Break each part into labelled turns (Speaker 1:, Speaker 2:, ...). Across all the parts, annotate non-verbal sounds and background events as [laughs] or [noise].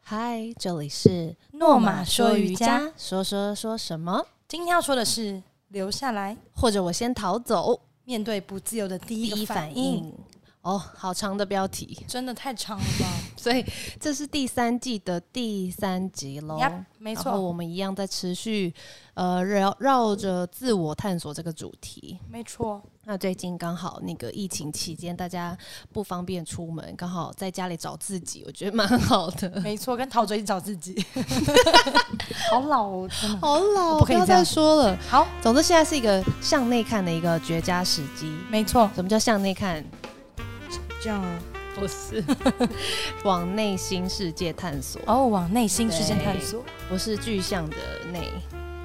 Speaker 1: 嗨，这里是
Speaker 2: 诺玛说瑜伽，
Speaker 1: 说说说什么？
Speaker 2: 今天要说的是留下来，
Speaker 1: 或者我先逃走，
Speaker 2: 面对不自由的第
Speaker 1: 第
Speaker 2: 一个
Speaker 1: 一
Speaker 2: 反
Speaker 1: 反
Speaker 2: 应，
Speaker 1: 应。哦，好长的标题， [laughs]
Speaker 2: 真的太长了吧？
Speaker 1: 所以这是第三季的第三集喽。
Speaker 2: 呀，没
Speaker 1: 然后
Speaker 2: 错，
Speaker 1: 我们一样在持续呃绕绕着自我探索这个主题。
Speaker 2: 没错，
Speaker 1: 那最近刚好那个疫情期间，大家不方便出门，刚好在家里找自己，我觉得蛮好的。
Speaker 2: 没错，跟陶喆一起找自
Speaker 1: [laughs]
Speaker 2: 己， [laughs] 好老哦，真的。
Speaker 1: 好老，
Speaker 2: 我不可以
Speaker 1: 要
Speaker 2: 这
Speaker 1: 再
Speaker 2: 样
Speaker 1: 说了。
Speaker 2: 好，
Speaker 1: 总之，现在是一个向内看的一个绝佳时机。
Speaker 2: 没错，
Speaker 1: 什么叫向内看？
Speaker 2: 这样
Speaker 1: 不是， [laughs] 往内心世界探索，
Speaker 2: 哦，往内心世界探索
Speaker 1: 不是具象的内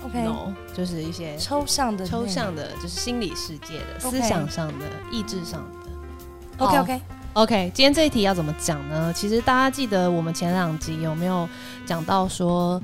Speaker 2: ，OK，
Speaker 1: ，no，就是一些
Speaker 2: 抽象的内
Speaker 1: 抽象的，就是心理世界的、思
Speaker 2: OK
Speaker 1: 想上的、意志上的。
Speaker 2: ，OK OK，
Speaker 1: OK，今天这一题要怎么讲呢？其实大家记得我们前两集有没有讲到说，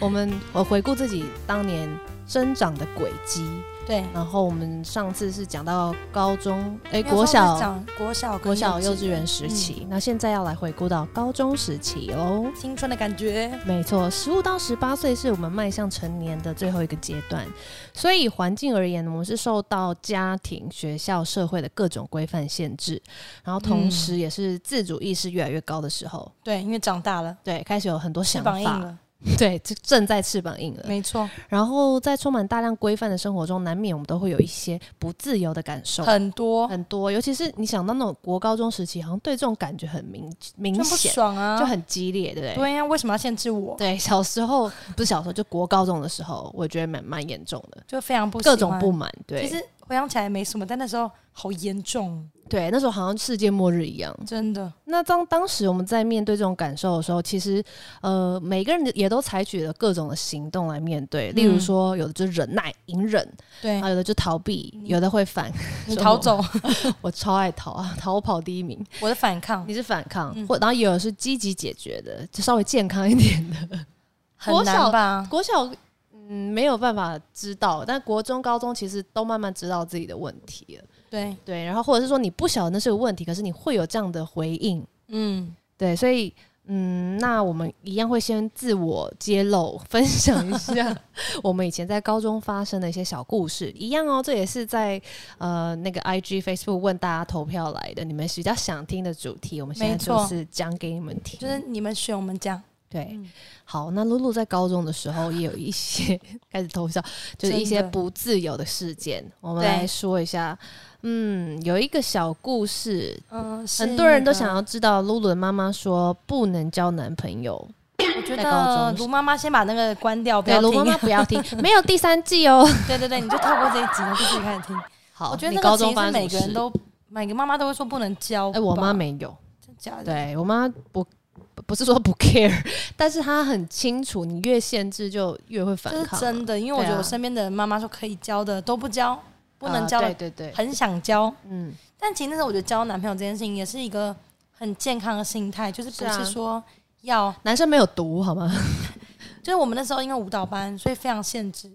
Speaker 1: 我们我回顾自己当年生长的轨迹，
Speaker 2: 对。
Speaker 1: 然后我们上次是讲到高中，哎、
Speaker 2: 没有
Speaker 1: 国
Speaker 2: 上
Speaker 1: 小。
Speaker 2: 次讲国小跟
Speaker 1: 国小、幼
Speaker 2: 幼嗯
Speaker 1: 稚园时期，那现在要来回顾到高中时期喽。
Speaker 2: 青春的感觉，
Speaker 1: 没错，十五到十八岁是我们迈向成年的最后一个阶段，所以环境而言，我们是受到家庭、学校、社会的各种规范限制，然后同
Speaker 2: 嗯
Speaker 1: 时也是自主意识越来越高的时候，
Speaker 2: 对，因为长大了，
Speaker 1: 对，开始有很多
Speaker 2: 翅
Speaker 1: 想
Speaker 2: 膀硬
Speaker 1: 法，
Speaker 2: 了，
Speaker 1: 对，就正在翅膀硬了。
Speaker 2: 没错，
Speaker 1: 然后在充满大量规范的生活中，难免我们都会有一些不自由的感受。
Speaker 2: 很多
Speaker 1: 很多，尤其是你想到那种国高中时期，好像对这种感觉很明明
Speaker 2: 就不
Speaker 1: 显，
Speaker 2: 爽啊，
Speaker 1: 就很激烈，对不对？
Speaker 2: 对呀、为什么要限制我？
Speaker 1: 对，小时候不是小时候，就国高中的时候，我觉得蛮蛮严重的，
Speaker 2: 就非常不喜
Speaker 1: 各
Speaker 2: 欢
Speaker 1: 种不。满。对，
Speaker 2: 其实回想起来没什么，但那时候好严重，
Speaker 1: 对，那时候好像世界末日一样。
Speaker 2: 真的。
Speaker 1: 那当当时我们在面对这种感受的时候，其实呃，每个人也都采取了各种的行动来面对，例如
Speaker 2: 嗯
Speaker 1: 说，有的就忍耐、隐忍，
Speaker 2: 对嗯
Speaker 1: 啊，有的就逃避，
Speaker 2: 你
Speaker 1: 有的会反。 [laughs]
Speaker 2: 你
Speaker 1: 什
Speaker 2: 逃
Speaker 1: 么
Speaker 2: 走，
Speaker 1: 我超爱逃啊，逃跑第一名。
Speaker 2: 我的反抗
Speaker 1: 你是反抗，
Speaker 2: 嗯
Speaker 1: 或然后也有是积极解决的，就稍微健康一点的。
Speaker 2: [laughs] 很
Speaker 1: 国小
Speaker 2: 难吧？
Speaker 1: 国小嗯没有办法知道，但国中、高中其实都慢慢知道自己的问题了。
Speaker 2: 对，
Speaker 1: 对，然后或者是说你不晓得那是个问题，可是你会有这样的回应。
Speaker 2: 嗯，
Speaker 1: 对，所以嗯，那我们一样会先自我揭露，分享一
Speaker 2: [laughs]
Speaker 1: 下我们以前在高中发生的一些小故事。一样哦，这也是在呃那个 IG、Facebook 问大家投票来的，你们比较想听的主题，我们现在
Speaker 2: 没错
Speaker 1: 就是讲给你们听。
Speaker 2: 就是你们选我们讲，
Speaker 1: 对，
Speaker 2: 嗯
Speaker 1: 好，那露露在高中的时候也有一些 [laughs] 开始偷笑，就是一些
Speaker 2: 真的
Speaker 1: 不自由的事件，我们
Speaker 2: 对
Speaker 1: 来说一下。嗯，有一个小故事，
Speaker 2: 嗯、是
Speaker 1: 很多人都
Speaker 2: 那个
Speaker 1: 想，要知道。露露的妈妈说不能交男朋友，
Speaker 2: 我觉
Speaker 1: 在高
Speaker 2: 得
Speaker 1: 中时
Speaker 2: 卢妈妈先把那个关掉，不
Speaker 1: 对，
Speaker 2: 要
Speaker 1: 卢
Speaker 2: 听。
Speaker 1: 妈妈不要听， [laughs] 没有第三季哦。
Speaker 2: [laughs] 对对对，你就透过这一集，然后就自己开始听。
Speaker 1: 好，
Speaker 2: 我觉得
Speaker 1: 你
Speaker 2: 那
Speaker 1: 高
Speaker 2: 个其
Speaker 1: 中
Speaker 2: 实
Speaker 1: 发
Speaker 2: 是
Speaker 1: 生
Speaker 2: 每
Speaker 1: 什
Speaker 2: 个
Speaker 1: 么
Speaker 2: 人
Speaker 1: 事
Speaker 2: 都，每个妈妈都会说不能教。
Speaker 1: 哎，我妈，没有，
Speaker 2: 真假的？
Speaker 1: 对我妈不不不是说 [laughs] 不 care，但是她很清楚，你越限制就越会反
Speaker 2: 这是
Speaker 1: 抗啊，
Speaker 2: 真的，因为我
Speaker 1: 对啊
Speaker 2: 觉得我身边的妈妈说可以教的都不教，不能
Speaker 1: 啊
Speaker 2: 教的、
Speaker 1: 对对对，
Speaker 2: 很想教。
Speaker 1: 嗯。
Speaker 2: 但其实那时候我觉得交男朋友这件事情也是一个很健康的心态，就是
Speaker 1: 是
Speaker 2: 不
Speaker 1: 啊
Speaker 2: 是说要，
Speaker 1: 男生没有毒好吗？ [laughs]
Speaker 2: 就是我们那时候因为舞蹈班，所以非常限制，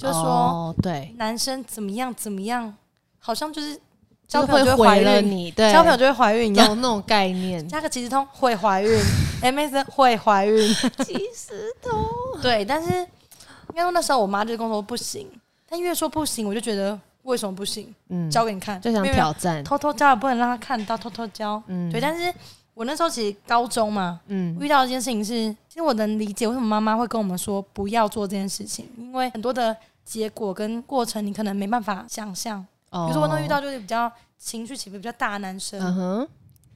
Speaker 2: 就是说
Speaker 1: 哦、对，
Speaker 2: 男生怎么样怎么样，好像就是
Speaker 1: 就
Speaker 2: 交
Speaker 1: 是
Speaker 2: 朋友
Speaker 1: 会
Speaker 2: 就会怀
Speaker 1: 毁
Speaker 2: 孕
Speaker 1: 了你，对，
Speaker 2: 交朋友就会怀孕一样。
Speaker 1: 有那种概念，
Speaker 2: 加个即时通会怀孕，MSN 会怀孕，
Speaker 1: 其实都
Speaker 2: [laughs] 对。但是应该说那时候我妈就跟我说不行，但越说不行，我就觉得为什么不行？
Speaker 1: 嗯，
Speaker 2: 教给你看，
Speaker 1: 就想
Speaker 2: 没有没有
Speaker 1: 挑战，
Speaker 2: 偷偷教，也不能让她看到，偷偷教。
Speaker 1: 嗯，
Speaker 2: 对，但是我那时候其实高中嘛，
Speaker 1: 嗯
Speaker 2: 遇到一件事情是，其实我能理解为什么妈妈会跟我们说不要做这件事情，因为很多的结果跟过程你可能没办法想象。比
Speaker 1: 哦
Speaker 2: 如说我那遇到就是比较情绪起伏比较大的男生，
Speaker 1: 嗯哼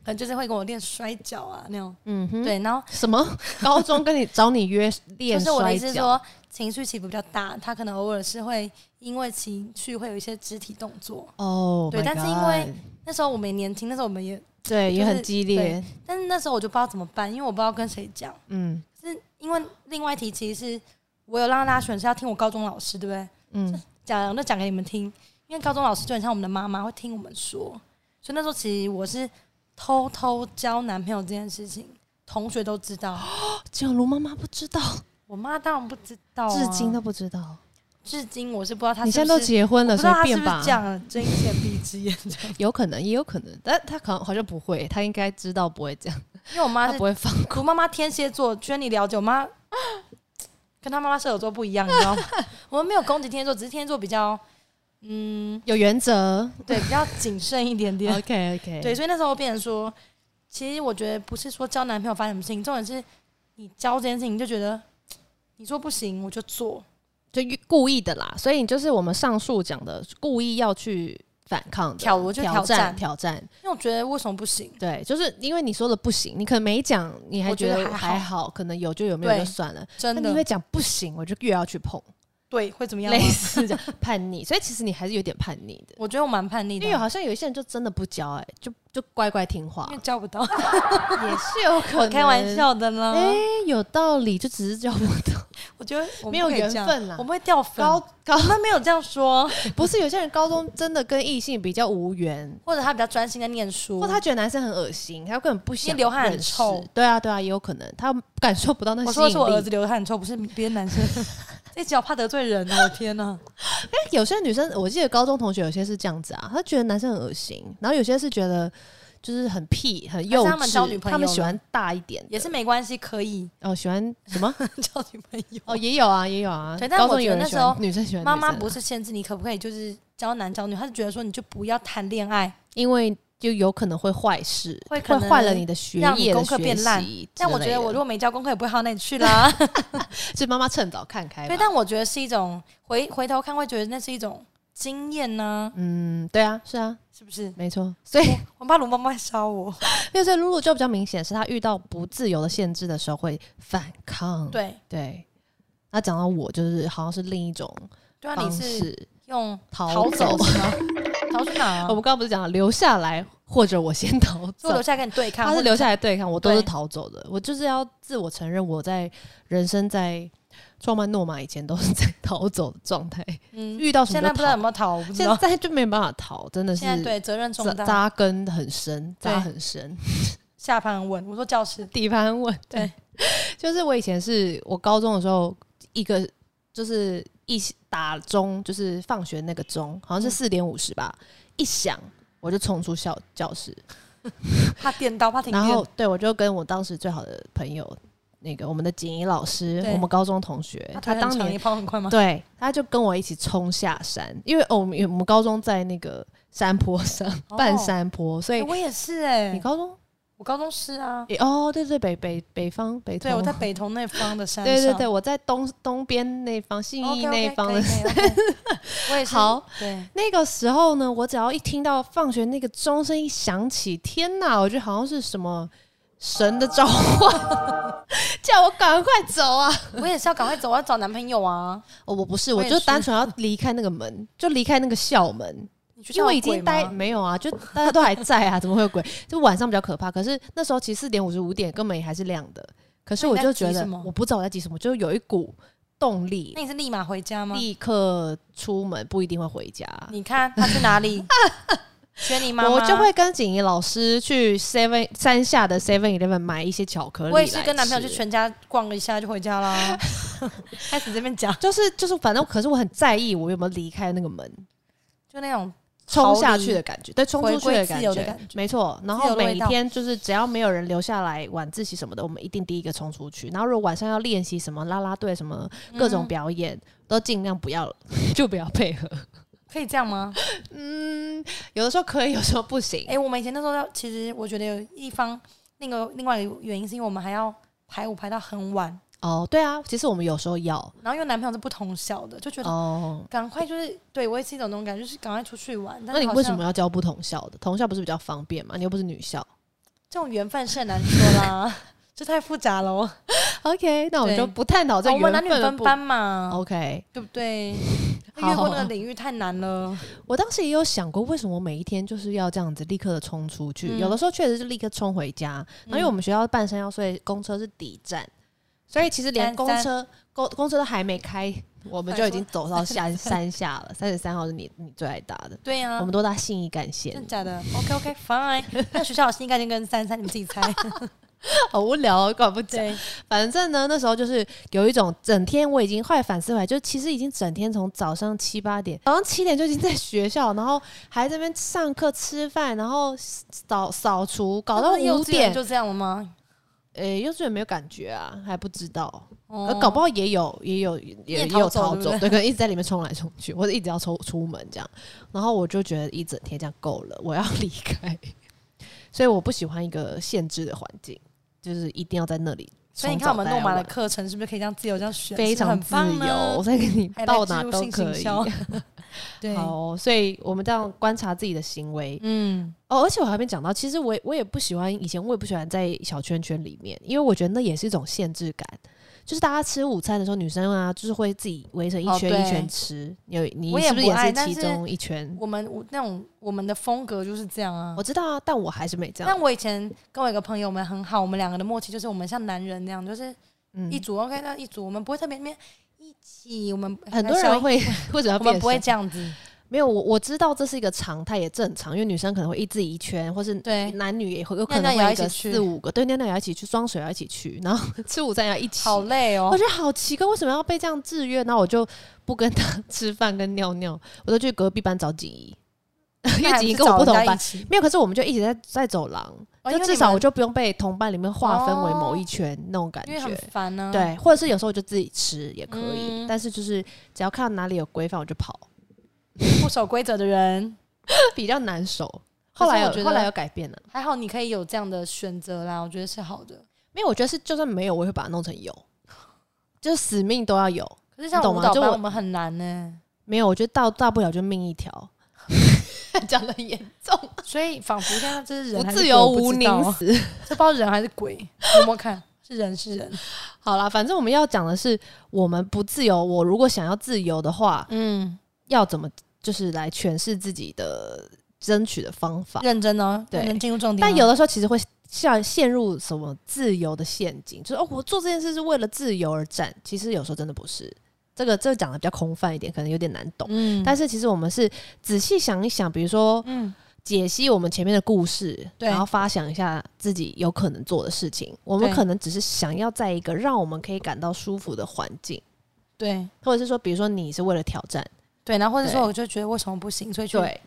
Speaker 2: 可能就是会跟我练摔跤啊那种。
Speaker 1: 嗯哼，
Speaker 2: 对，然后
Speaker 1: 什么高中跟你找你约
Speaker 2: [laughs] 就
Speaker 1: 练
Speaker 2: 是我的
Speaker 1: 摔
Speaker 2: 意思是
Speaker 1: 跤，
Speaker 2: 说，情绪起伏比较大，他可能偶尔是会因为情绪会有一些肢体动作。
Speaker 1: 哦，
Speaker 2: 对
Speaker 1: my
Speaker 2: 但是因为
Speaker 1: God
Speaker 2: 那时候我们也年轻，那时候我们也，
Speaker 1: 对也
Speaker 2: 就是
Speaker 1: 很激烈，
Speaker 2: 但是那时候我就不知道怎么办，因为我不知道跟谁讲。
Speaker 1: 嗯
Speaker 2: 是因为另外一题其实是我有让大家选是要听我高中老师，对不对？
Speaker 1: 嗯，
Speaker 2: 讲那讲给你们听，因为高中老师就很像我们的妈妈，会听我们说，所以那时候其实我是偷偷交男朋友这件事情，同学都知道，
Speaker 1: 只有卢妈妈不知道，
Speaker 2: 我妈当然不知道、
Speaker 1: 至今，都不知道，
Speaker 2: 至今我是不知道哦她
Speaker 1: 你
Speaker 2: 是
Speaker 1: 现
Speaker 2: 不
Speaker 1: 在都
Speaker 2: 是。
Speaker 1: 结婚了，
Speaker 2: 不知道
Speaker 1: 随
Speaker 2: 她是
Speaker 1: 便
Speaker 2: 不
Speaker 1: 吧
Speaker 2: 是，讲了睁一只眼闭一只眼这样？
Speaker 1: 有可能也有可能，但他可能好像不会，他应该知道不会这样，
Speaker 2: 因为我妈
Speaker 1: [laughs] 他
Speaker 2: 是
Speaker 1: 不会放过。
Speaker 2: 我妈妈天蝎座，居然你了解我妈，跟她妈妈射手座不一样，你知道吗？我们没有攻击天蝎座，只是天蝎座比较，嗯，
Speaker 1: 有原则
Speaker 2: 对，比较谨慎一点点。
Speaker 1: ，OK OK，
Speaker 2: 对，所以那时候变成说，其实我觉得不是说交男朋友发生什么事情，重点是你交这件事情你就觉得你说不行我就做，
Speaker 1: 就故意的啦。所以你就是我们上述讲的，故意要去反抗的、
Speaker 2: 挑我就挑
Speaker 1: 战、
Speaker 2: 战
Speaker 1: 挑战。
Speaker 2: 因为我觉得为什么不行？
Speaker 1: 对，就是因为你说了不行，你可能没讲，你还
Speaker 2: 我觉得
Speaker 1: 得
Speaker 2: 还好
Speaker 1: 还好，可能有就有，没有
Speaker 2: 对
Speaker 1: 就算了。
Speaker 2: 真
Speaker 1: 那你会
Speaker 2: 的
Speaker 1: 讲不行，我就越要去碰，
Speaker 2: 对会怎么样吗
Speaker 1: 类？似这样叛逆。所以其实你还是有点叛逆的，
Speaker 2: [laughs] 我觉得我蛮叛逆
Speaker 1: 因
Speaker 2: 的
Speaker 1: 为有
Speaker 2: 啊，
Speaker 1: 好像有一些人就真的不教、哎，就就乖乖听话
Speaker 2: 因，为交不到，
Speaker 1: 也是有可能。
Speaker 2: 开玩，笑啊的啦。
Speaker 1: 哎、有道理，就只是教不到，
Speaker 2: 我觉得我
Speaker 1: 没有
Speaker 2: 不可以
Speaker 1: 缘
Speaker 2: 这样，
Speaker 1: 分啦
Speaker 2: 我。们会掉粉。
Speaker 1: 高高
Speaker 2: 我们没有这样说，
Speaker 1: 不是有些人高中真的跟异性比较无缘，
Speaker 2: 或者他比较专心在念书，
Speaker 1: 或他觉得男生很恶心，他根本不想
Speaker 2: 因为流汗很
Speaker 1: 认识
Speaker 2: 臭。
Speaker 1: 对啊，对啊，也有可能他感受不到那
Speaker 2: 我
Speaker 1: 吸
Speaker 2: 说
Speaker 1: 引
Speaker 2: 的是我儿
Speaker 1: 力
Speaker 2: 子。流汗臭，不是别的男生。 [laughs] 这脚怕得罪人，我的天
Speaker 1: [laughs]
Speaker 2: 呐！
Speaker 1: 哎有些女生，我记得高中同学有些是这样子啊，她觉得男生很恶心，然后有些是觉得就是很屁、很幼
Speaker 2: 还
Speaker 1: 稚。
Speaker 2: 是他们交女朋
Speaker 1: 他
Speaker 2: 友
Speaker 1: 们喜
Speaker 2: 呢
Speaker 1: 欢大一点的，
Speaker 2: 也是没关系，可以 [laughs]
Speaker 1: 哦，喜欢什么？
Speaker 2: 交女朋友。
Speaker 1: [laughs] 哦，也有啊，也有啊。
Speaker 2: 对但
Speaker 1: 高
Speaker 2: 我
Speaker 1: 中
Speaker 2: 觉
Speaker 1: 有
Speaker 2: 得
Speaker 1: 人
Speaker 2: 那
Speaker 1: 喜
Speaker 2: 时候
Speaker 1: 欢女生喜欢
Speaker 2: 妈
Speaker 1: 女
Speaker 2: 妈
Speaker 1: 生
Speaker 2: 不
Speaker 1: 啊，
Speaker 2: 是限制你可不可以就是交男交女，她是觉得说你就不要谈恋爱。
Speaker 1: 因为就有可能会坏事，
Speaker 2: 会
Speaker 1: 会
Speaker 2: 可能
Speaker 1: 坏了你的学
Speaker 2: 让你
Speaker 1: 业的
Speaker 2: 功课
Speaker 1: 学
Speaker 2: 变烂
Speaker 1: 习
Speaker 2: 但
Speaker 1: 之
Speaker 2: 我觉
Speaker 1: 类
Speaker 2: 得
Speaker 1: 的
Speaker 2: 我如果没交功课，也不会好到哪里去
Speaker 1: [laughs]
Speaker 2: 啦。
Speaker 1: 是妈妈趁早看开吧。
Speaker 2: 对，但我觉得是一种回回头看会觉得那是一种经验呢、
Speaker 1: 嗯，对啊，是啊，
Speaker 2: 是不是？
Speaker 1: 没
Speaker 2: [laughs]
Speaker 1: 错。所以
Speaker 2: 我怕龙妈妈会烧我。
Speaker 1: [laughs] 因为所以露露就比较明显，是她遇到不自由的限制的时候会反抗。
Speaker 2: 对，
Speaker 1: 对，那讲到我就是好像是另一种
Speaker 2: 对啊，
Speaker 1: 方
Speaker 2: 你是
Speaker 1: 式，
Speaker 2: 用
Speaker 1: 逃
Speaker 2: 走是吗？ [laughs] 逃去哪、啊
Speaker 1: [laughs] 我？们刚刚不是讲了留下来，或者我先
Speaker 2: [laughs]
Speaker 1: 逃
Speaker 2: 是我
Speaker 1: 走
Speaker 2: 留。下来跟你对抗，
Speaker 1: 他
Speaker 2: 或
Speaker 1: 是
Speaker 2: 者
Speaker 1: 留下来对抗，我都是
Speaker 2: 对
Speaker 1: 逃走的。我就是要自我承认，我在人生在创办诺玛以前都是在 [laughs] 逃走的状态，
Speaker 2: 嗯
Speaker 1: 遇到什
Speaker 2: 现
Speaker 1: 么
Speaker 2: 在
Speaker 1: 就
Speaker 2: 不知
Speaker 1: 逃。
Speaker 2: 道有没有逃，我不知
Speaker 1: 现
Speaker 2: 道。
Speaker 1: 在就没办法逃，真的是
Speaker 2: 现在对责任重
Speaker 1: 扎
Speaker 2: 大，
Speaker 1: 扎根很深，扎
Speaker 2: 对
Speaker 1: 很深。
Speaker 2: 下盘很稳。我说教室，
Speaker 1: 底盘稳。
Speaker 2: 对，
Speaker 1: [laughs] 就是我以前是我高中的时候，一个就是一打钟，就是放学那个钟，好像
Speaker 2: 嗯
Speaker 1: 是四点五十吧，一响我就冲出校教室，
Speaker 2: 怕电到，怕停
Speaker 1: 然
Speaker 2: 电
Speaker 1: 后。对我就跟我当时最好的朋友，那个我们的景怡老师，
Speaker 2: 对
Speaker 1: 我们高中同学，他
Speaker 2: 他
Speaker 1: 当
Speaker 2: 当年
Speaker 1: 年
Speaker 2: 也跑很快吗？
Speaker 1: 对，他就跟我一起冲下山，因为哦我们我们高中在那个山坡上，
Speaker 2: 哦
Speaker 1: 半山坡，所
Speaker 2: 欸
Speaker 1: 以
Speaker 2: 我也是哎、
Speaker 1: 你高中
Speaker 2: 我高中是啊，
Speaker 1: 也哦，对对，北北北方北
Speaker 2: 对，
Speaker 1: 投
Speaker 2: 我在北投那方的山上。哦
Speaker 1: 对对对，我在东东边那方信义
Speaker 2: OK，OK，
Speaker 1: 那一方的。
Speaker 2: 可以可以 OK
Speaker 1: [laughs]
Speaker 2: 我也是。
Speaker 1: 好，
Speaker 2: 对，
Speaker 1: [laughs] 那个时候呢，我只要一听到放学那个钟声一响起，天哪，我觉得好像是什么神的召唤， [laughs] 叫我赶快走啊！
Speaker 2: 我也是要赶快走，我要找男朋友啊！
Speaker 1: [laughs] 哦，我不是，
Speaker 2: 我
Speaker 1: 我
Speaker 2: 也
Speaker 1: 就是单纯要离开那个门，就离开那个校门，
Speaker 2: 你去
Speaker 1: 因为
Speaker 2: 跳
Speaker 1: 已
Speaker 2: 鬼
Speaker 1: 经待
Speaker 2: 吗
Speaker 1: 没有啊，就大家都还在啊，怎么会有鬼？就晚上比较可怕。可是那时候其实四点五十五点根本也还是亮的，可是
Speaker 2: 那你
Speaker 1: 我
Speaker 2: 在
Speaker 1: 就
Speaker 2: 急
Speaker 1: 觉得
Speaker 2: 什么
Speaker 1: 我不知道我在急什么，就有一股动力
Speaker 2: 那，你是立马回家吗？
Speaker 1: 立刻出门不一定会回家。
Speaker 2: 你看他去哪
Speaker 1: [laughs]
Speaker 2: 里？学你妈妈，
Speaker 1: 我就会跟景怡老师去 Seven 山下的 Seven Eleven 买一些巧克力。
Speaker 2: 我也是跟男朋友去，全家逛了一下就回
Speaker 1: [laughs]
Speaker 2: 家啦。开始这边讲，
Speaker 1: 就是就是，反正可是我很在意我有没有离开那个门，
Speaker 2: 就那种逃
Speaker 1: 冲
Speaker 2: 离
Speaker 1: 下去的感觉，对，冲出去
Speaker 2: 回归
Speaker 1: 感
Speaker 2: 自
Speaker 1: 觉，
Speaker 2: 由的感觉
Speaker 1: 没错。然
Speaker 2: 自
Speaker 1: 后
Speaker 2: 由的
Speaker 1: 每
Speaker 2: 味道
Speaker 1: 天就是只要没有人留下来晚自习什么的，我们一定第一个冲出去。然后如果晚上要练习什么啦啦队什么各种
Speaker 2: 嗯
Speaker 1: 表演，都尽量不要就不要配合。
Speaker 2: 可以这样吗？
Speaker 1: 嗯，有的时候可以，有时候不行。
Speaker 2: 哎、我们以前那时候要，其实我觉得有一方那个另外一个原因是因为我们还要排舞排到很晚，
Speaker 1: 哦，对啊，其实我们有时候要
Speaker 2: 然后因为男朋友是不同校的，就觉得
Speaker 1: 哦。
Speaker 2: 赶快就是对我也是一种那种感觉，就是赶快出去玩。但
Speaker 1: 那
Speaker 2: 是
Speaker 1: 你
Speaker 2: 好
Speaker 1: 为什
Speaker 2: 像
Speaker 1: 么要教不同校的？同校不是比较方便吗？你又不是女校。
Speaker 2: 这种缘分是很难说啦？ [laughs] 这太复杂了哦。
Speaker 1: OK，那我 [laughs] 们就
Speaker 2: 对
Speaker 1: 不探讨这
Speaker 2: 哦我
Speaker 1: 缘分
Speaker 2: 们
Speaker 1: 了
Speaker 2: 男女分
Speaker 1: 不
Speaker 2: 班嘛，
Speaker 1: OK，
Speaker 2: 对不对？
Speaker 1: [laughs] 好
Speaker 2: 越过那个领域太难了。
Speaker 1: 我当时也有想过，为什么我每一天就是要这样子立刻的冲出去？
Speaker 2: 嗯
Speaker 1: 有的时候确实是立刻冲回家，然后因为我们学校半山腰，所以公车是底站，所以其实连
Speaker 2: 三
Speaker 1: 公车公公车都还没开，我们就已经走到
Speaker 2: [laughs]
Speaker 1: 山山下了。三十三号是你你最爱搭的，
Speaker 2: 对呀、
Speaker 1: 我们都搭信义干线 [laughs]
Speaker 2: 真。的假的？OK OK Fine。那学校有新概念跟三三，你们自己猜。
Speaker 1: 好无聊哦，管不讲。
Speaker 2: 对，
Speaker 1: 反正呢，那时候就是有一种整天我已经后来反思回来，就其实已经整天从早上七八点，早上七点就已经在学校，然后还在那边上课、吃饭，然后扫扫除，搞到
Speaker 2: 那幼
Speaker 1: 五
Speaker 2: 稚园
Speaker 1: 点。
Speaker 2: 就这样了吗？
Speaker 1: 诶、幼稚园没有感觉啊，还不知道，
Speaker 2: 哦
Speaker 1: 呃，搞不好也有也有也
Speaker 2: 也
Speaker 1: 也
Speaker 2: 逃
Speaker 1: 有
Speaker 2: 走
Speaker 1: 逃
Speaker 2: 对不
Speaker 1: 走，
Speaker 2: 对
Speaker 1: 对，可能一直在里面冲来冲去，或者一直要出出门这样。然后我就觉得一整天这样够了，我要离开。所以我不喜欢一个限制的环境，就是一定要在那里。
Speaker 2: 所以你看，我们诺玛的课程是不是可以这样自由这样选？
Speaker 1: 非常
Speaker 2: 是
Speaker 1: 自
Speaker 2: 不是很棒呢
Speaker 1: 由， [laughs] 所以你
Speaker 2: 还来
Speaker 1: 到
Speaker 2: 植
Speaker 1: 哪
Speaker 2: 入
Speaker 1: 都
Speaker 2: 性行
Speaker 1: 可以。
Speaker 2: 销对，
Speaker 1: [laughs] 好哦，所以我们这样观察自己的行为
Speaker 2: 嗯，
Speaker 1: 哦。而且我还没讲到，其实我也我也不喜欢，以前我也不喜欢在小圈圈里面，因为我觉得那也是一种限制感。就是大家吃午餐的时候，女生啊，就是会自己围成一
Speaker 2: 哦
Speaker 1: 圈
Speaker 2: 对
Speaker 1: 一圈吃。你有你
Speaker 2: 我也
Speaker 1: 是不是
Speaker 2: 不
Speaker 1: 也
Speaker 2: 爱
Speaker 1: 是
Speaker 2: 但
Speaker 1: 其
Speaker 2: 是
Speaker 1: 中一圈？
Speaker 2: 我们我那种我们的风格就是这样啊
Speaker 1: 我。知道啊，但我还是没这样
Speaker 2: 但。我以前跟我一个朋友，我们很好，我们两个的默契就是我们像男人那样，就是
Speaker 1: 嗯
Speaker 2: 一，组 OK，那一组我们不会特别面一起，我们
Speaker 1: 很多
Speaker 2: 小
Speaker 1: 人会 [laughs] 为什么要
Speaker 2: 我们
Speaker 1: 变
Speaker 2: 不会
Speaker 1: 身
Speaker 2: 这样子，
Speaker 1: 没有我我知道这是一个常态，也正常，因为女生可能会一自己一圈，或是
Speaker 2: 对
Speaker 1: 男女也会有可
Speaker 2: 哎尿
Speaker 1: 能
Speaker 2: 尿
Speaker 1: 会
Speaker 2: 也要
Speaker 1: 一个
Speaker 2: 一起去
Speaker 1: 四五个，对，尿尿也要一起去，装水也要一起去， [laughs] 然后吃午餐也要一起。
Speaker 2: [laughs] 好累
Speaker 1: 我
Speaker 2: 哦。
Speaker 1: 觉得好奇怪，为什么要被这样制约？那我就不跟他吃饭跟尿尿，我就去隔壁班找锦怡， [laughs] 因为锦怡跟我不同班，
Speaker 2: 班，
Speaker 1: 没有。可是我们就一直在在走廊，
Speaker 2: 哦因
Speaker 1: 就
Speaker 2: 为
Speaker 1: 至
Speaker 2: 你
Speaker 1: 少
Speaker 2: 们
Speaker 1: 我就不用被同班里面划分为某一圈、那种感
Speaker 2: 因为很
Speaker 1: 觉。
Speaker 2: 烦呢、啊。，
Speaker 1: 对，或者是有时候我就自己吃也可以，
Speaker 2: 嗯
Speaker 1: 但是就是只要看到哪里有规范我就跑， [laughs]
Speaker 2: 不守规则的人，
Speaker 1: 比较难守。
Speaker 2: 可
Speaker 1: 后
Speaker 2: 是
Speaker 1: 来有
Speaker 2: 我觉得
Speaker 1: 后来有改变了、
Speaker 2: 还好你可以有这样的选择啦，我觉得是好的。
Speaker 1: 没有，我觉得是就算没有，我也会把它弄成有， [laughs] 就是死命都要有。
Speaker 2: 可是像
Speaker 1: 你懂吗
Speaker 2: 舞蹈
Speaker 1: 就
Speaker 2: 班，
Speaker 1: 我
Speaker 2: 我们很难呢、
Speaker 1: 没有，我觉得到大不了就命一条， [laughs] 讲的严重，
Speaker 2: 所以仿佛现在这是人
Speaker 1: 不
Speaker 2: 还是
Speaker 1: 自
Speaker 2: 鬼
Speaker 1: 由
Speaker 2: 我不
Speaker 1: 无
Speaker 2: 知
Speaker 1: 宁
Speaker 2: 道啊
Speaker 1: 死。
Speaker 2: 这不知道人还是鬼，摸摸看，是人是人。
Speaker 1: 好啦，反正我们要讲的是，我们不自由。我如果想要自由的话，
Speaker 2: 嗯，
Speaker 1: 要怎么就是来诠释自己的争取的方法？
Speaker 2: 认真哦，
Speaker 1: 对
Speaker 2: 能进入重点哦。
Speaker 1: 但有的时候其实会像陷入什么自由的陷阱，就是哦，我做这件事是为了自由而战。其实有时候真的不是，这个这个讲的比较空泛一点，可能有点难懂。
Speaker 2: 嗯，
Speaker 1: 但是其实我们是仔细想一想，比如说
Speaker 2: 嗯，
Speaker 1: 解析我们前面的故事，
Speaker 2: 对
Speaker 1: 然后发想一下自己有可能做的事情。我们
Speaker 2: 对
Speaker 1: 可能只是想要在一个让我们可以感到舒服的环境，
Speaker 2: 对
Speaker 1: 或者是说，比如说你是为了挑战，
Speaker 2: 对，然后或者
Speaker 1: 对
Speaker 2: 说我就觉得为什么不行，所以去
Speaker 1: 对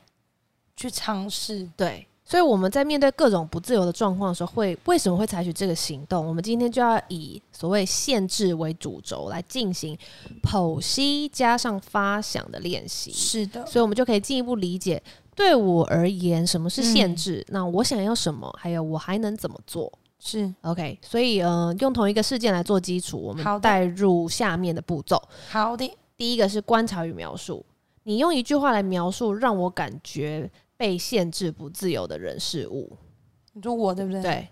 Speaker 2: 去尝试。
Speaker 1: 对。所以我们在面对各种不自由的状况的时候会，为什么会采取这个行动？我们今天就要以所谓限制为主轴来进行剖析加上发想的练习。
Speaker 2: 是的，
Speaker 1: 所以我们就可以进一步理解，对我而言什么是
Speaker 2: 嗯
Speaker 1: 限制，那我想要什么，还有我还能怎么做。
Speaker 2: 是
Speaker 1: OK，所以呃，用同一个事件来做基础，我
Speaker 2: 好
Speaker 1: 们
Speaker 2: 的
Speaker 1: 带入下面的步骤。
Speaker 2: 好的。
Speaker 1: 第一个是观察与描述，你用一句话来描述让我感觉被限制不自由的人事物。
Speaker 2: 你说我对不对？，
Speaker 1: 对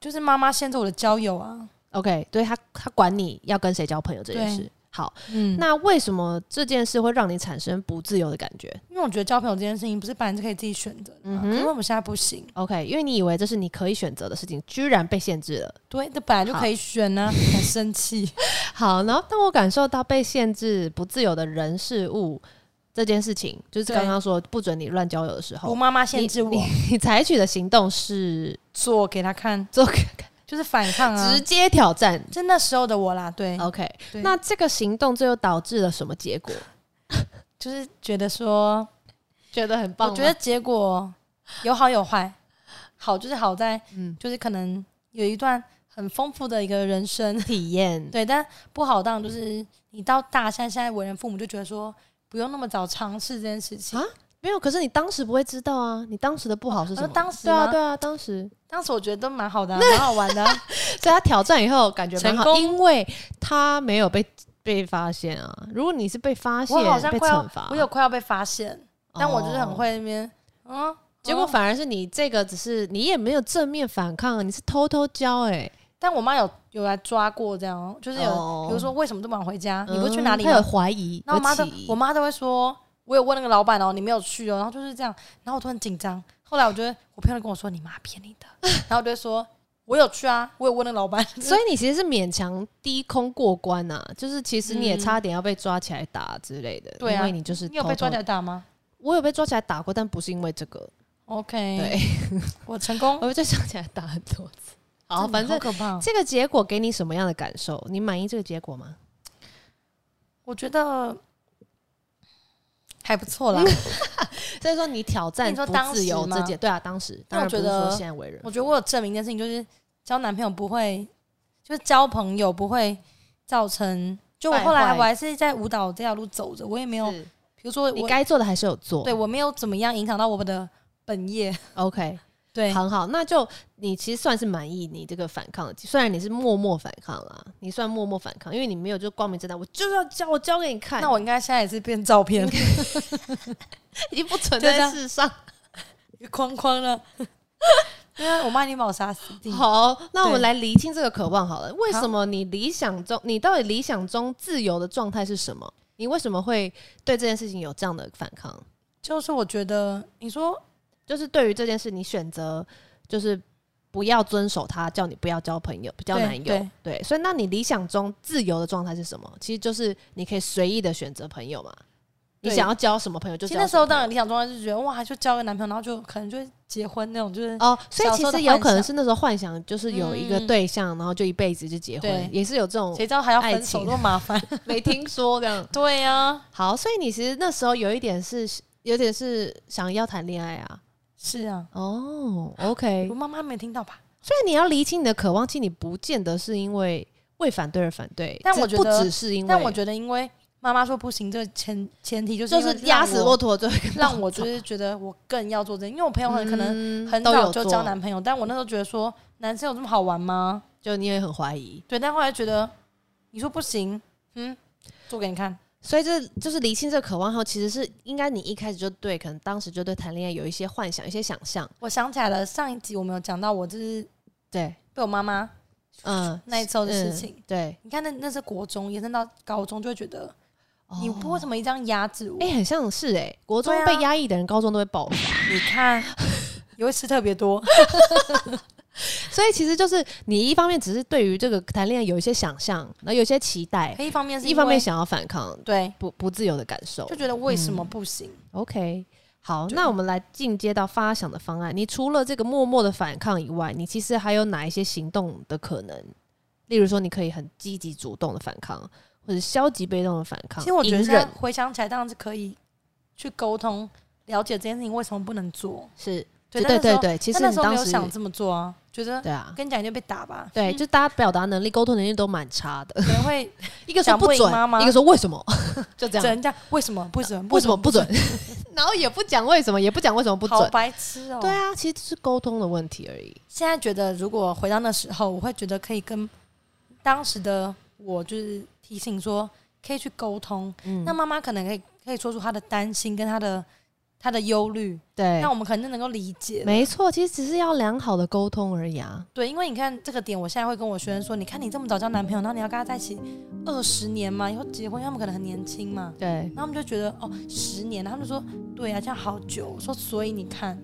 Speaker 2: 就是妈妈限制我的交友啊。
Speaker 1: ，OK，对他他管你要跟谁交朋友这件事
Speaker 2: 对。
Speaker 1: 好，
Speaker 2: 嗯，
Speaker 1: 那为什么这件事会让你产生不自由的感觉
Speaker 2: 因为我觉得交朋友这件事情不是本来就可以自己选择的
Speaker 1: 嗯
Speaker 2: 嘛，
Speaker 1: 哼
Speaker 2: 可是我们现在不行。
Speaker 1: ？OK，因为你以为这是你可以选择的事情，居然被限制了。
Speaker 2: 对，这本来就可以
Speaker 1: [laughs]
Speaker 2: 选呢、啊，很生气。
Speaker 1: 好，然后当我感受到被限制、不自由的人事物这件事情，就是
Speaker 2: 对
Speaker 1: 刚刚说不准你乱交友的时
Speaker 2: 我
Speaker 1: 候，
Speaker 2: 妈妈限制我
Speaker 1: 你你采取的行动是
Speaker 2: 做给她看，
Speaker 1: [laughs] 做
Speaker 2: 就是反抗啊
Speaker 1: 直。接挑战。
Speaker 2: 就那时候的我啦，对，
Speaker 1: OK，
Speaker 2: 对
Speaker 1: 那这个行动最后导致了什么结果？
Speaker 2: 就是觉得说
Speaker 1: 觉得很
Speaker 2: 我
Speaker 1: 我
Speaker 2: 觉
Speaker 1: 觉
Speaker 2: 得
Speaker 1: 得
Speaker 2: 结果有好有坏，好就是好在，
Speaker 1: 嗯
Speaker 2: 就是可能有一段很丰富的一个人生， [laughs]
Speaker 1: 体验
Speaker 2: 对，但不好当然就是你到大三，现在为人父母就觉得说不用那么早尝试这件事情
Speaker 1: 啊。没有，可是你当时不会知道啊，你当时的不好是什么？
Speaker 2: 哦当时
Speaker 1: 对啊，
Speaker 2: 吗
Speaker 1: 对啊，当时，
Speaker 2: 当时我觉得都蛮好的啊、 [laughs] 蛮好玩
Speaker 1: [laughs]
Speaker 2: 的啊、
Speaker 1: 所以他挑战以后感觉蛮
Speaker 2: 成
Speaker 1: 好，
Speaker 2: 功
Speaker 1: 因为他没有被被发现啊。如果你是被发现，
Speaker 2: 我好像
Speaker 1: 被
Speaker 2: 快要
Speaker 1: 惩罚，
Speaker 2: 我有快要被发现，但我就是
Speaker 1: 哦
Speaker 2: 很会那边，嗯，
Speaker 1: 结果
Speaker 2: 嗯
Speaker 1: 反而是你这个只是你也没有正面反抗，你是偷偷教哎、
Speaker 2: 但我妈有有来抓过这样哦，就是有，
Speaker 1: 哦嗯
Speaker 2: 比如说为什么这么晚回家？你不
Speaker 1: 会
Speaker 2: 是去哪里
Speaker 1: 他
Speaker 2: 吗？
Speaker 1: 有怀疑，
Speaker 2: 然后我妈都
Speaker 1: 有起疑
Speaker 2: 我妈都会说，我有问那个老板哦，你没有去哦，然后就是这样，然后我突然紧张，后来我觉得我朋友就跟我说你妈骗
Speaker 1: [laughs]
Speaker 2: 你的，然后我就会说我有去啊，我有问那个老板，
Speaker 1: 所
Speaker 2: 以
Speaker 1: 以你其实是勉强低空过关呐、就是其实你也
Speaker 2: 嗯
Speaker 1: 差点要被抓起来打之类的，
Speaker 2: 对啊
Speaker 1: 因为你就是
Speaker 2: 你有被
Speaker 1: 偷偷
Speaker 2: 抓起来打吗
Speaker 1: 我有被抓起来打过，但不是因为这个， [laughs]
Speaker 2: ？OK，
Speaker 1: 对，
Speaker 2: 我成功
Speaker 1: 我，被抓起来打很多次。哦好，反正
Speaker 2: 好可怕哦。
Speaker 1: 这个结果给你什么样的感受？你满意这个结果吗？
Speaker 2: 我觉得还不
Speaker 1: [laughs]
Speaker 2: 错啦。
Speaker 1: 所以说你挑战
Speaker 2: 你说
Speaker 1: 不
Speaker 2: 当
Speaker 1: 自
Speaker 2: 时
Speaker 1: 由这
Speaker 2: 吗
Speaker 1: 件，对啊，当时当
Speaker 2: 但
Speaker 1: 然
Speaker 2: 我
Speaker 1: 不
Speaker 2: 觉
Speaker 1: 是说
Speaker 2: 得
Speaker 1: 现在为人，
Speaker 2: 我觉得我有证明一件事情，就是交男朋友不会，就是交朋友不会造成。就我后
Speaker 1: 败
Speaker 2: 来
Speaker 1: 坏
Speaker 2: 我还是在舞蹈这条路走着，我也没有，
Speaker 1: 是
Speaker 2: 比如说
Speaker 1: 你
Speaker 2: 我
Speaker 1: 该做的还是有做。
Speaker 2: 对我没有怎么样影响到我们的
Speaker 1: [laughs]
Speaker 2: 本业。
Speaker 1: ，OK，
Speaker 2: 对，
Speaker 1: 很好，那就你其实算是满意你这个反抗，虽然你是默默反抗啦，你算默默反抗，因为你没有就光明正大，我就是要教，我教给你看，
Speaker 2: 那我应该现在也是变
Speaker 1: [laughs]
Speaker 2: 照片
Speaker 1: 已经不存
Speaker 2: 就这
Speaker 1: 在
Speaker 2: 样
Speaker 1: 世上。
Speaker 2: 框框了，因啊为我妈已经把我杀死定了。
Speaker 1: 好，那我们
Speaker 2: 对
Speaker 1: 来厘清这个渴望好了。为
Speaker 2: 好
Speaker 1: 什么你理想中，你到底理想中自由的状态是什么？你为什么会对这件事情有这样的反抗？
Speaker 2: 就是我觉得你说
Speaker 1: 就是对于这件事，你选择就是不要遵守他，叫你不要交朋友，不交
Speaker 2: 对
Speaker 1: 男友。
Speaker 2: 对
Speaker 1: 对，所以那你理想中自由的状态是什么？其实就是你可以随意的选择朋友嘛，你
Speaker 2: 对
Speaker 1: 想要交什么朋友就
Speaker 2: 其
Speaker 1: 交
Speaker 2: 实
Speaker 1: 什么。
Speaker 2: 那时候当然理想状态是觉得哇，就交个男朋友，然后就可能就会结婚那种，就是
Speaker 1: 哦，所以
Speaker 2: 小
Speaker 1: 其
Speaker 2: 时候
Speaker 1: 实
Speaker 2: 的
Speaker 1: 有
Speaker 2: 幻
Speaker 1: 可能
Speaker 2: 想
Speaker 1: 是那时候幻想，就是有一个
Speaker 2: 嗯
Speaker 1: 对象，然后就一辈子就结
Speaker 2: 对
Speaker 1: 婚，也是有这种 [laughs]
Speaker 2: 谁知道还要
Speaker 1: 爱
Speaker 2: 分
Speaker 1: 情
Speaker 2: 手，多
Speaker 1: [laughs]
Speaker 2: 麻烦。
Speaker 1: 没听说这样。
Speaker 2: 对呀、
Speaker 1: 好，所以你其实那时候有一点是，有点是想要谈恋爱啊。
Speaker 2: 是啊，
Speaker 1: 哦，OK，
Speaker 2: 我妈妈没听到吧？
Speaker 1: 所以你要厘清你的渴望，其实你不见得是因为为反对而反对，
Speaker 2: 但
Speaker 1: 只
Speaker 2: 我觉
Speaker 1: 不
Speaker 2: 得
Speaker 1: 只是因为，
Speaker 2: 但我觉得，因为妈妈说不行，这个前前提就是
Speaker 1: 就
Speaker 2: 因为
Speaker 1: 是压
Speaker 2: 让
Speaker 1: 死骆，
Speaker 2: 我
Speaker 1: 嗯驼最后一根稻草，
Speaker 2: 让我就是觉得我更要做这，因为我朋友很可能
Speaker 1: 能
Speaker 2: 很早就交男朋友，但我那时候觉得说男生有这么好玩吗？
Speaker 1: 就你也很怀疑，
Speaker 2: 对，但后来觉得你说不行，嗯，做给你看，
Speaker 1: 所以这就是厘清这个渴望后，其实是应该你一开始就对，可能当时就对谈恋爱有一些幻想、一些想象，
Speaker 2: 我想起来了，上一集我们有讲到我就是
Speaker 1: 对，
Speaker 2: 被我妈妈
Speaker 1: 嗯，
Speaker 2: 那一周的事情。
Speaker 1: 对，
Speaker 2: 你看那，那是国中，延伸到高中，就会觉得、你不为
Speaker 1: 会
Speaker 2: 什么一这样压制我？
Speaker 1: 哎、很像是哎、国中
Speaker 2: 哦对啊
Speaker 1: 被压抑的人，高中都会爆 [laughs] 发，
Speaker 2: 你看，你会吃特别 [laughs] 多，
Speaker 1: 所以其实就是你一方面只是对于这个谈恋爱有一些想象，然后有一些期待，
Speaker 2: 可一方面哎是
Speaker 1: 一方面
Speaker 2: 因为
Speaker 1: 想要反抗
Speaker 2: 对，
Speaker 1: 不不自由的感受
Speaker 2: 就。觉得为什么不行？
Speaker 1: OK，好，
Speaker 2: 对
Speaker 1: 那我们来进阶到发想的方案。你除了这个默默的反抗以外，你其实还有哪一些行动的可能？例如说，你可以很积极主动的反抗，或者消极被动的反抗。
Speaker 2: 其实我觉得
Speaker 1: 隐
Speaker 2: 现在
Speaker 1: 忍
Speaker 2: 回想起来，当然是可以去沟通，了解这件事情为什么不能做。
Speaker 1: 是，
Speaker 2: 对
Speaker 1: 对
Speaker 2: 但那时
Speaker 1: 对
Speaker 2: 候
Speaker 1: 对，其
Speaker 2: 但
Speaker 1: 实
Speaker 2: 那
Speaker 1: 你
Speaker 2: 时候没
Speaker 1: 当
Speaker 2: 有
Speaker 1: 时
Speaker 2: 想这嗯么做啊，觉得
Speaker 1: 对啊，
Speaker 2: 跟你讲就被打吧，
Speaker 1: 对，就大家表达能力、沟通能力都蛮差的。
Speaker 2: [laughs] 可能会
Speaker 1: 一个说
Speaker 2: 讲不赢
Speaker 1: 准，
Speaker 2: 妈妈
Speaker 1: 一个说为什
Speaker 2: [laughs]
Speaker 1: 么，就 [laughs] 这
Speaker 2: 整
Speaker 1: 样。
Speaker 2: 人家为什么不准？
Speaker 1: 为什么不准？？ [laughs] 然后也不讲为什么，也不讲为什么不
Speaker 2: 好
Speaker 1: 准。
Speaker 2: 白痴哦！
Speaker 1: 对啊，其实是沟通的问题而已。
Speaker 2: 现在觉得，如果回到那时候，我会觉得可以跟当时的我就是提醒说，可以去沟通。
Speaker 1: 嗯，
Speaker 2: 那妈妈可能可以可以说出她的担心跟她的她的忧虑，
Speaker 1: 对
Speaker 2: 那，我们可能就能够理解了。
Speaker 1: 没错，其实只是要良好的沟通而已啊。
Speaker 2: 对，因为你看这个点，我现在会跟我学生说，你看你这么早交男朋友，然后你要跟他在一起二十年嘛，以后结婚，因为他们可能很年轻嘛，
Speaker 1: 对，
Speaker 2: 然后他们就觉得哦十年，然后他们就说对啊，这样好久。我说所以你
Speaker 1: [laughs]
Speaker 2: 看，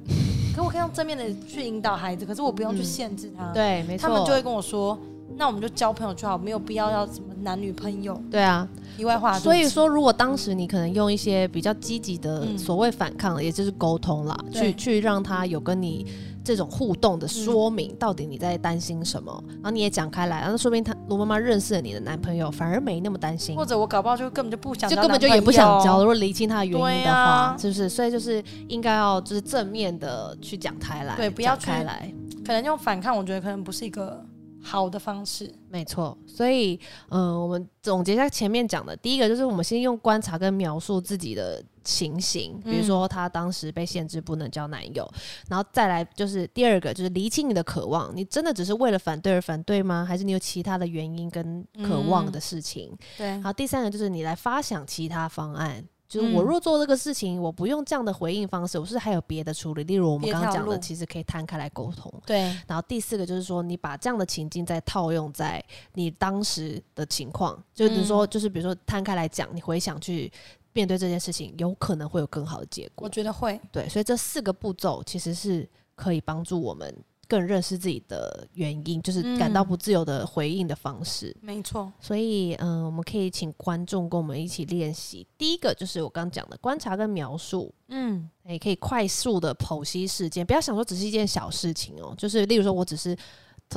Speaker 2: 可我可以用正面的去引导孩子，可是我不用去
Speaker 1: 嗯
Speaker 2: 限制他。
Speaker 1: 对，没错，
Speaker 2: 他们就会跟我说，那我们就交朋友就好，没有必要要什么男女朋友。
Speaker 1: 对啊。
Speaker 2: 题外话，
Speaker 1: 所以说，如果当时你可能用一些比较积极的
Speaker 2: 嗯
Speaker 1: 所谓反抗，也就是沟通啦，去
Speaker 2: 对
Speaker 1: 去让他有跟你这种互动的说
Speaker 2: 嗯
Speaker 1: 明，到底你在担心什么，然后你也讲开来，然后说不定他罗妈妈认识了你的男朋友，反而没那么担心
Speaker 2: 或。者我搞不好就根本就不想，
Speaker 1: 就根本就也不想交了。如果
Speaker 2: 了。
Speaker 1: 厘清他的原因
Speaker 2: 对
Speaker 1: 的话，
Speaker 2: 啊
Speaker 1: 是不是？所以就是应该要就是正面的去讲开来，
Speaker 2: 对不要
Speaker 1: 讲开
Speaker 2: 去
Speaker 1: 来，
Speaker 2: 可能用反抗，我觉得可能不是一个好的方式。
Speaker 1: 没错。所以，嗯、我们总结一下前面讲的，第一个就是我们先用观察跟描述自己的情形，比如
Speaker 2: 嗯
Speaker 1: 说她当时被限制不能交男友，然后再来就是第二个就是厘清你的渴望，你真的只是为了反对而反对吗？还是你有其他的原因跟渴望
Speaker 2: 嗯
Speaker 1: 的事情？
Speaker 2: 对
Speaker 1: 好，第三个就是你来发想其他方案，就是我
Speaker 2: 嗯
Speaker 1: 若做这个事情，我不用这样的回应方式，我是还有别的处理，例如我们
Speaker 2: 别
Speaker 1: 刚刚
Speaker 2: 条
Speaker 1: 讲的，
Speaker 2: 路
Speaker 1: 其实可以摊开来沟通。
Speaker 2: 对，
Speaker 1: 然后第四个就是说，你把这样的情境再套用在你当时的情况，就是你
Speaker 2: 嗯
Speaker 1: 说，就是比如说摊开来讲，你回想去面对这件事情，有可能会有更好的结
Speaker 2: 我
Speaker 1: 果。
Speaker 2: 觉得会。
Speaker 1: 对，所以这四个步骤其实是可以帮助我们更认识自己的原因，就是感到
Speaker 2: 嗯
Speaker 1: 不自由的回应的方式。
Speaker 2: 没错，
Speaker 1: 所以，嗯，我们可以请观众跟我们一起练习。第一个就是我刚讲的观察跟描述，
Speaker 2: 嗯，
Speaker 1: 也可以快速的剖析事件，不要想说只是一件小事情哦。就是例如说，我只是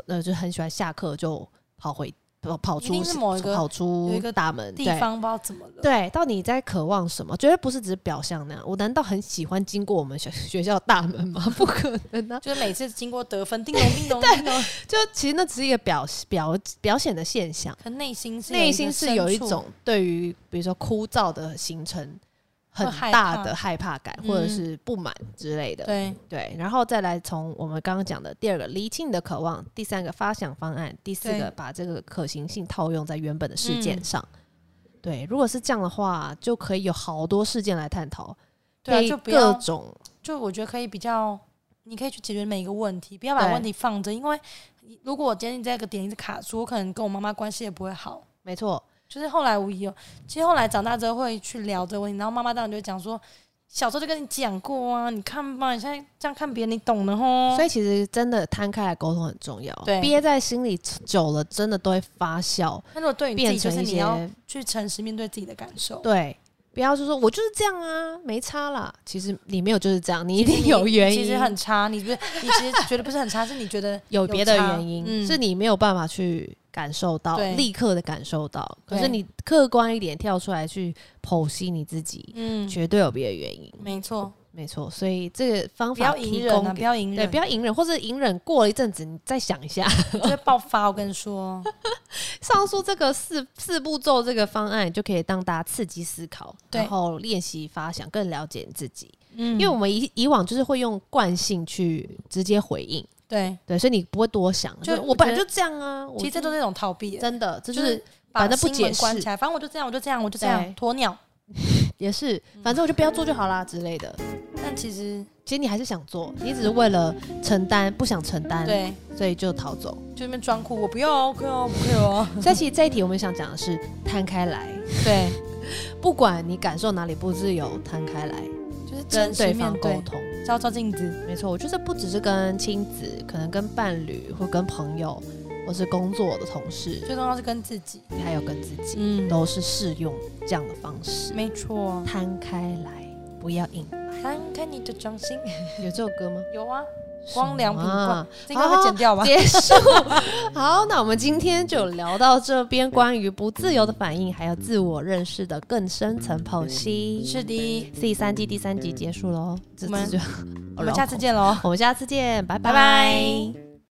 Speaker 1: 呃，就很喜欢下课就跑回跑跑
Speaker 2: 一
Speaker 1: 出
Speaker 2: 定是某一个
Speaker 1: 跑出
Speaker 2: 有一个
Speaker 1: 大门
Speaker 2: 地
Speaker 1: 对
Speaker 2: 方不知道怎么了，
Speaker 1: 对，到底在渴望什么？绝对不是只是表象那样。我难道很喜欢经过我们学学校大门吗？ [laughs] 不可能啊！
Speaker 2: 就是每次经过得分，叮咚
Speaker 1: [laughs]
Speaker 2: 叮咚叮咚，
Speaker 1: 就其实那只是一个表表表显的现象，
Speaker 2: 可内心是
Speaker 1: 内心是有一
Speaker 2: 深处
Speaker 1: 种对于比如说枯燥的形成很
Speaker 2: 会害
Speaker 1: 大
Speaker 2: 怕
Speaker 1: 的害怕感，或者
Speaker 2: 嗯
Speaker 1: 是不满之类的。
Speaker 2: 对
Speaker 1: 对，然后再来从我们刚刚讲的第二个理清你的渴望，第三个发想方案，第四个
Speaker 2: 对
Speaker 1: 把这个可行性套用在原本的事件
Speaker 2: 嗯
Speaker 1: 上。对，如果是这样的话，就可以有好多事件来探讨，
Speaker 2: 对啊
Speaker 1: 可以
Speaker 2: 就不
Speaker 1: 各
Speaker 2: 要
Speaker 1: 种
Speaker 2: 就我觉得可以比较，你可以去解决每一个问题，不要把
Speaker 1: 对
Speaker 2: 问题放着，因为如果我今天在一个点一直卡住，我可能跟我妈妈关系也不会好。
Speaker 1: 没错，
Speaker 2: 就是后来我有，其实后来长大之后会去聊这个问题，然后妈妈当然就会讲说，小时候就跟你讲过啊，你看吧，你现在这样看别人，你懂的吼。
Speaker 1: 所
Speaker 2: 以
Speaker 1: 以其实真的摊开来沟通很重要。
Speaker 2: 嗯对
Speaker 1: 憋在心里久了，真的都会发酵，
Speaker 2: 那如果对你自
Speaker 1: 变
Speaker 2: 己，就
Speaker 1: 成
Speaker 2: 是
Speaker 1: 一
Speaker 2: 你哦要
Speaker 1: 些
Speaker 2: 去诚实面对自己的感受。
Speaker 1: 对。不要就说我就是这样啊，没差啦。其实你没有就是这样，你一
Speaker 2: 其实
Speaker 1: 定
Speaker 2: 你
Speaker 1: 有原因。
Speaker 2: 其实很差，你不是你其实觉得不是很差，是你觉得
Speaker 1: 有别的
Speaker 2: 差
Speaker 1: 原因，
Speaker 2: 嗯
Speaker 1: 是你没有办法去感受到，
Speaker 2: 对
Speaker 1: 立刻的感受到。可
Speaker 2: 对
Speaker 1: 是你客观一点跳出来去剖析你自己，
Speaker 2: 嗯，
Speaker 1: 绝对有别的原因。
Speaker 2: 没错，
Speaker 1: 没错，所以这个方
Speaker 2: 不
Speaker 1: 法
Speaker 2: 要隐
Speaker 1: 提
Speaker 2: 忍
Speaker 1: 供
Speaker 2: 啊，不
Speaker 1: 给。
Speaker 2: 要隐
Speaker 1: 对，
Speaker 2: 忍，嗯
Speaker 1: 不要隐忍，或者隐忍过了一阵子，你再想一下。
Speaker 2: 就会爆发。我跟你说，
Speaker 1: 上述这个四四步骤这个方案，就可以让大家刺激思考，
Speaker 2: 对
Speaker 1: 然后练习发想，更了解你自己。
Speaker 2: 嗯
Speaker 1: 因为我们以以往就是会用惯性去直接回应，
Speaker 2: 对，
Speaker 1: 对，所以你不会多想，
Speaker 2: 就
Speaker 1: 就
Speaker 2: 我
Speaker 1: 我本来
Speaker 2: 觉
Speaker 1: 就
Speaker 2: 得
Speaker 1: 这样啊。我
Speaker 2: 其实这
Speaker 1: 就
Speaker 2: 都是一种逃避，
Speaker 1: 真的，这就
Speaker 2: 就是是把
Speaker 1: 反正不
Speaker 2: 心门
Speaker 1: 解
Speaker 2: 关
Speaker 1: 释
Speaker 2: 起来，反正我就这样，我就这样，我就这
Speaker 1: 对
Speaker 2: 样，鸵鸟。
Speaker 1: 也是，
Speaker 2: 嗯
Speaker 1: 反正我就不要做就好啦之类的。
Speaker 2: 但其实
Speaker 1: 其实你还是想做，你只是为了承担不想承担，，
Speaker 2: 对，
Speaker 1: 所以就逃走。
Speaker 2: 就那边装酷，我不要啊，我不要啊，我不
Speaker 1: [laughs]
Speaker 2: 要啊。
Speaker 1: 所以其实这一题我们想讲的是摊开来，
Speaker 2: 对，
Speaker 1: 不管你感受哪里不自由，摊开来
Speaker 2: 就是
Speaker 1: 跟
Speaker 2: 真实
Speaker 1: 对方
Speaker 2: 面
Speaker 1: 沟
Speaker 2: 对，
Speaker 1: 通。
Speaker 2: 照照镜子，
Speaker 1: 没错，我觉得不只是跟亲子，可能跟伴侣或跟朋友，或是工作的同事，
Speaker 2: 最重要是跟自己。
Speaker 1: 还有跟自己，
Speaker 2: 嗯，
Speaker 1: 都是适用这样的方式。
Speaker 2: 没错。
Speaker 1: 摊开来，不要
Speaker 2: [laughs]
Speaker 1: 硬。
Speaker 2: 看看你的掌心， [laughs]
Speaker 1: 有这首歌吗？
Speaker 2: 有啊，光良
Speaker 1: 什
Speaker 2: 品
Speaker 1: 么啊
Speaker 2: 冠，这应该会剪掉吧？
Speaker 1: 结束。 [laughs] 好，那我们今天就聊到这边，关于不自由的反应，还有自我认识的更深层剖析。
Speaker 2: 是的，
Speaker 1: 第三季第三集结束喽，这
Speaker 2: 我们
Speaker 1: [laughs] 次就
Speaker 2: 我们下次，见喽。
Speaker 1: 我们下次见，拜
Speaker 2: 拜拜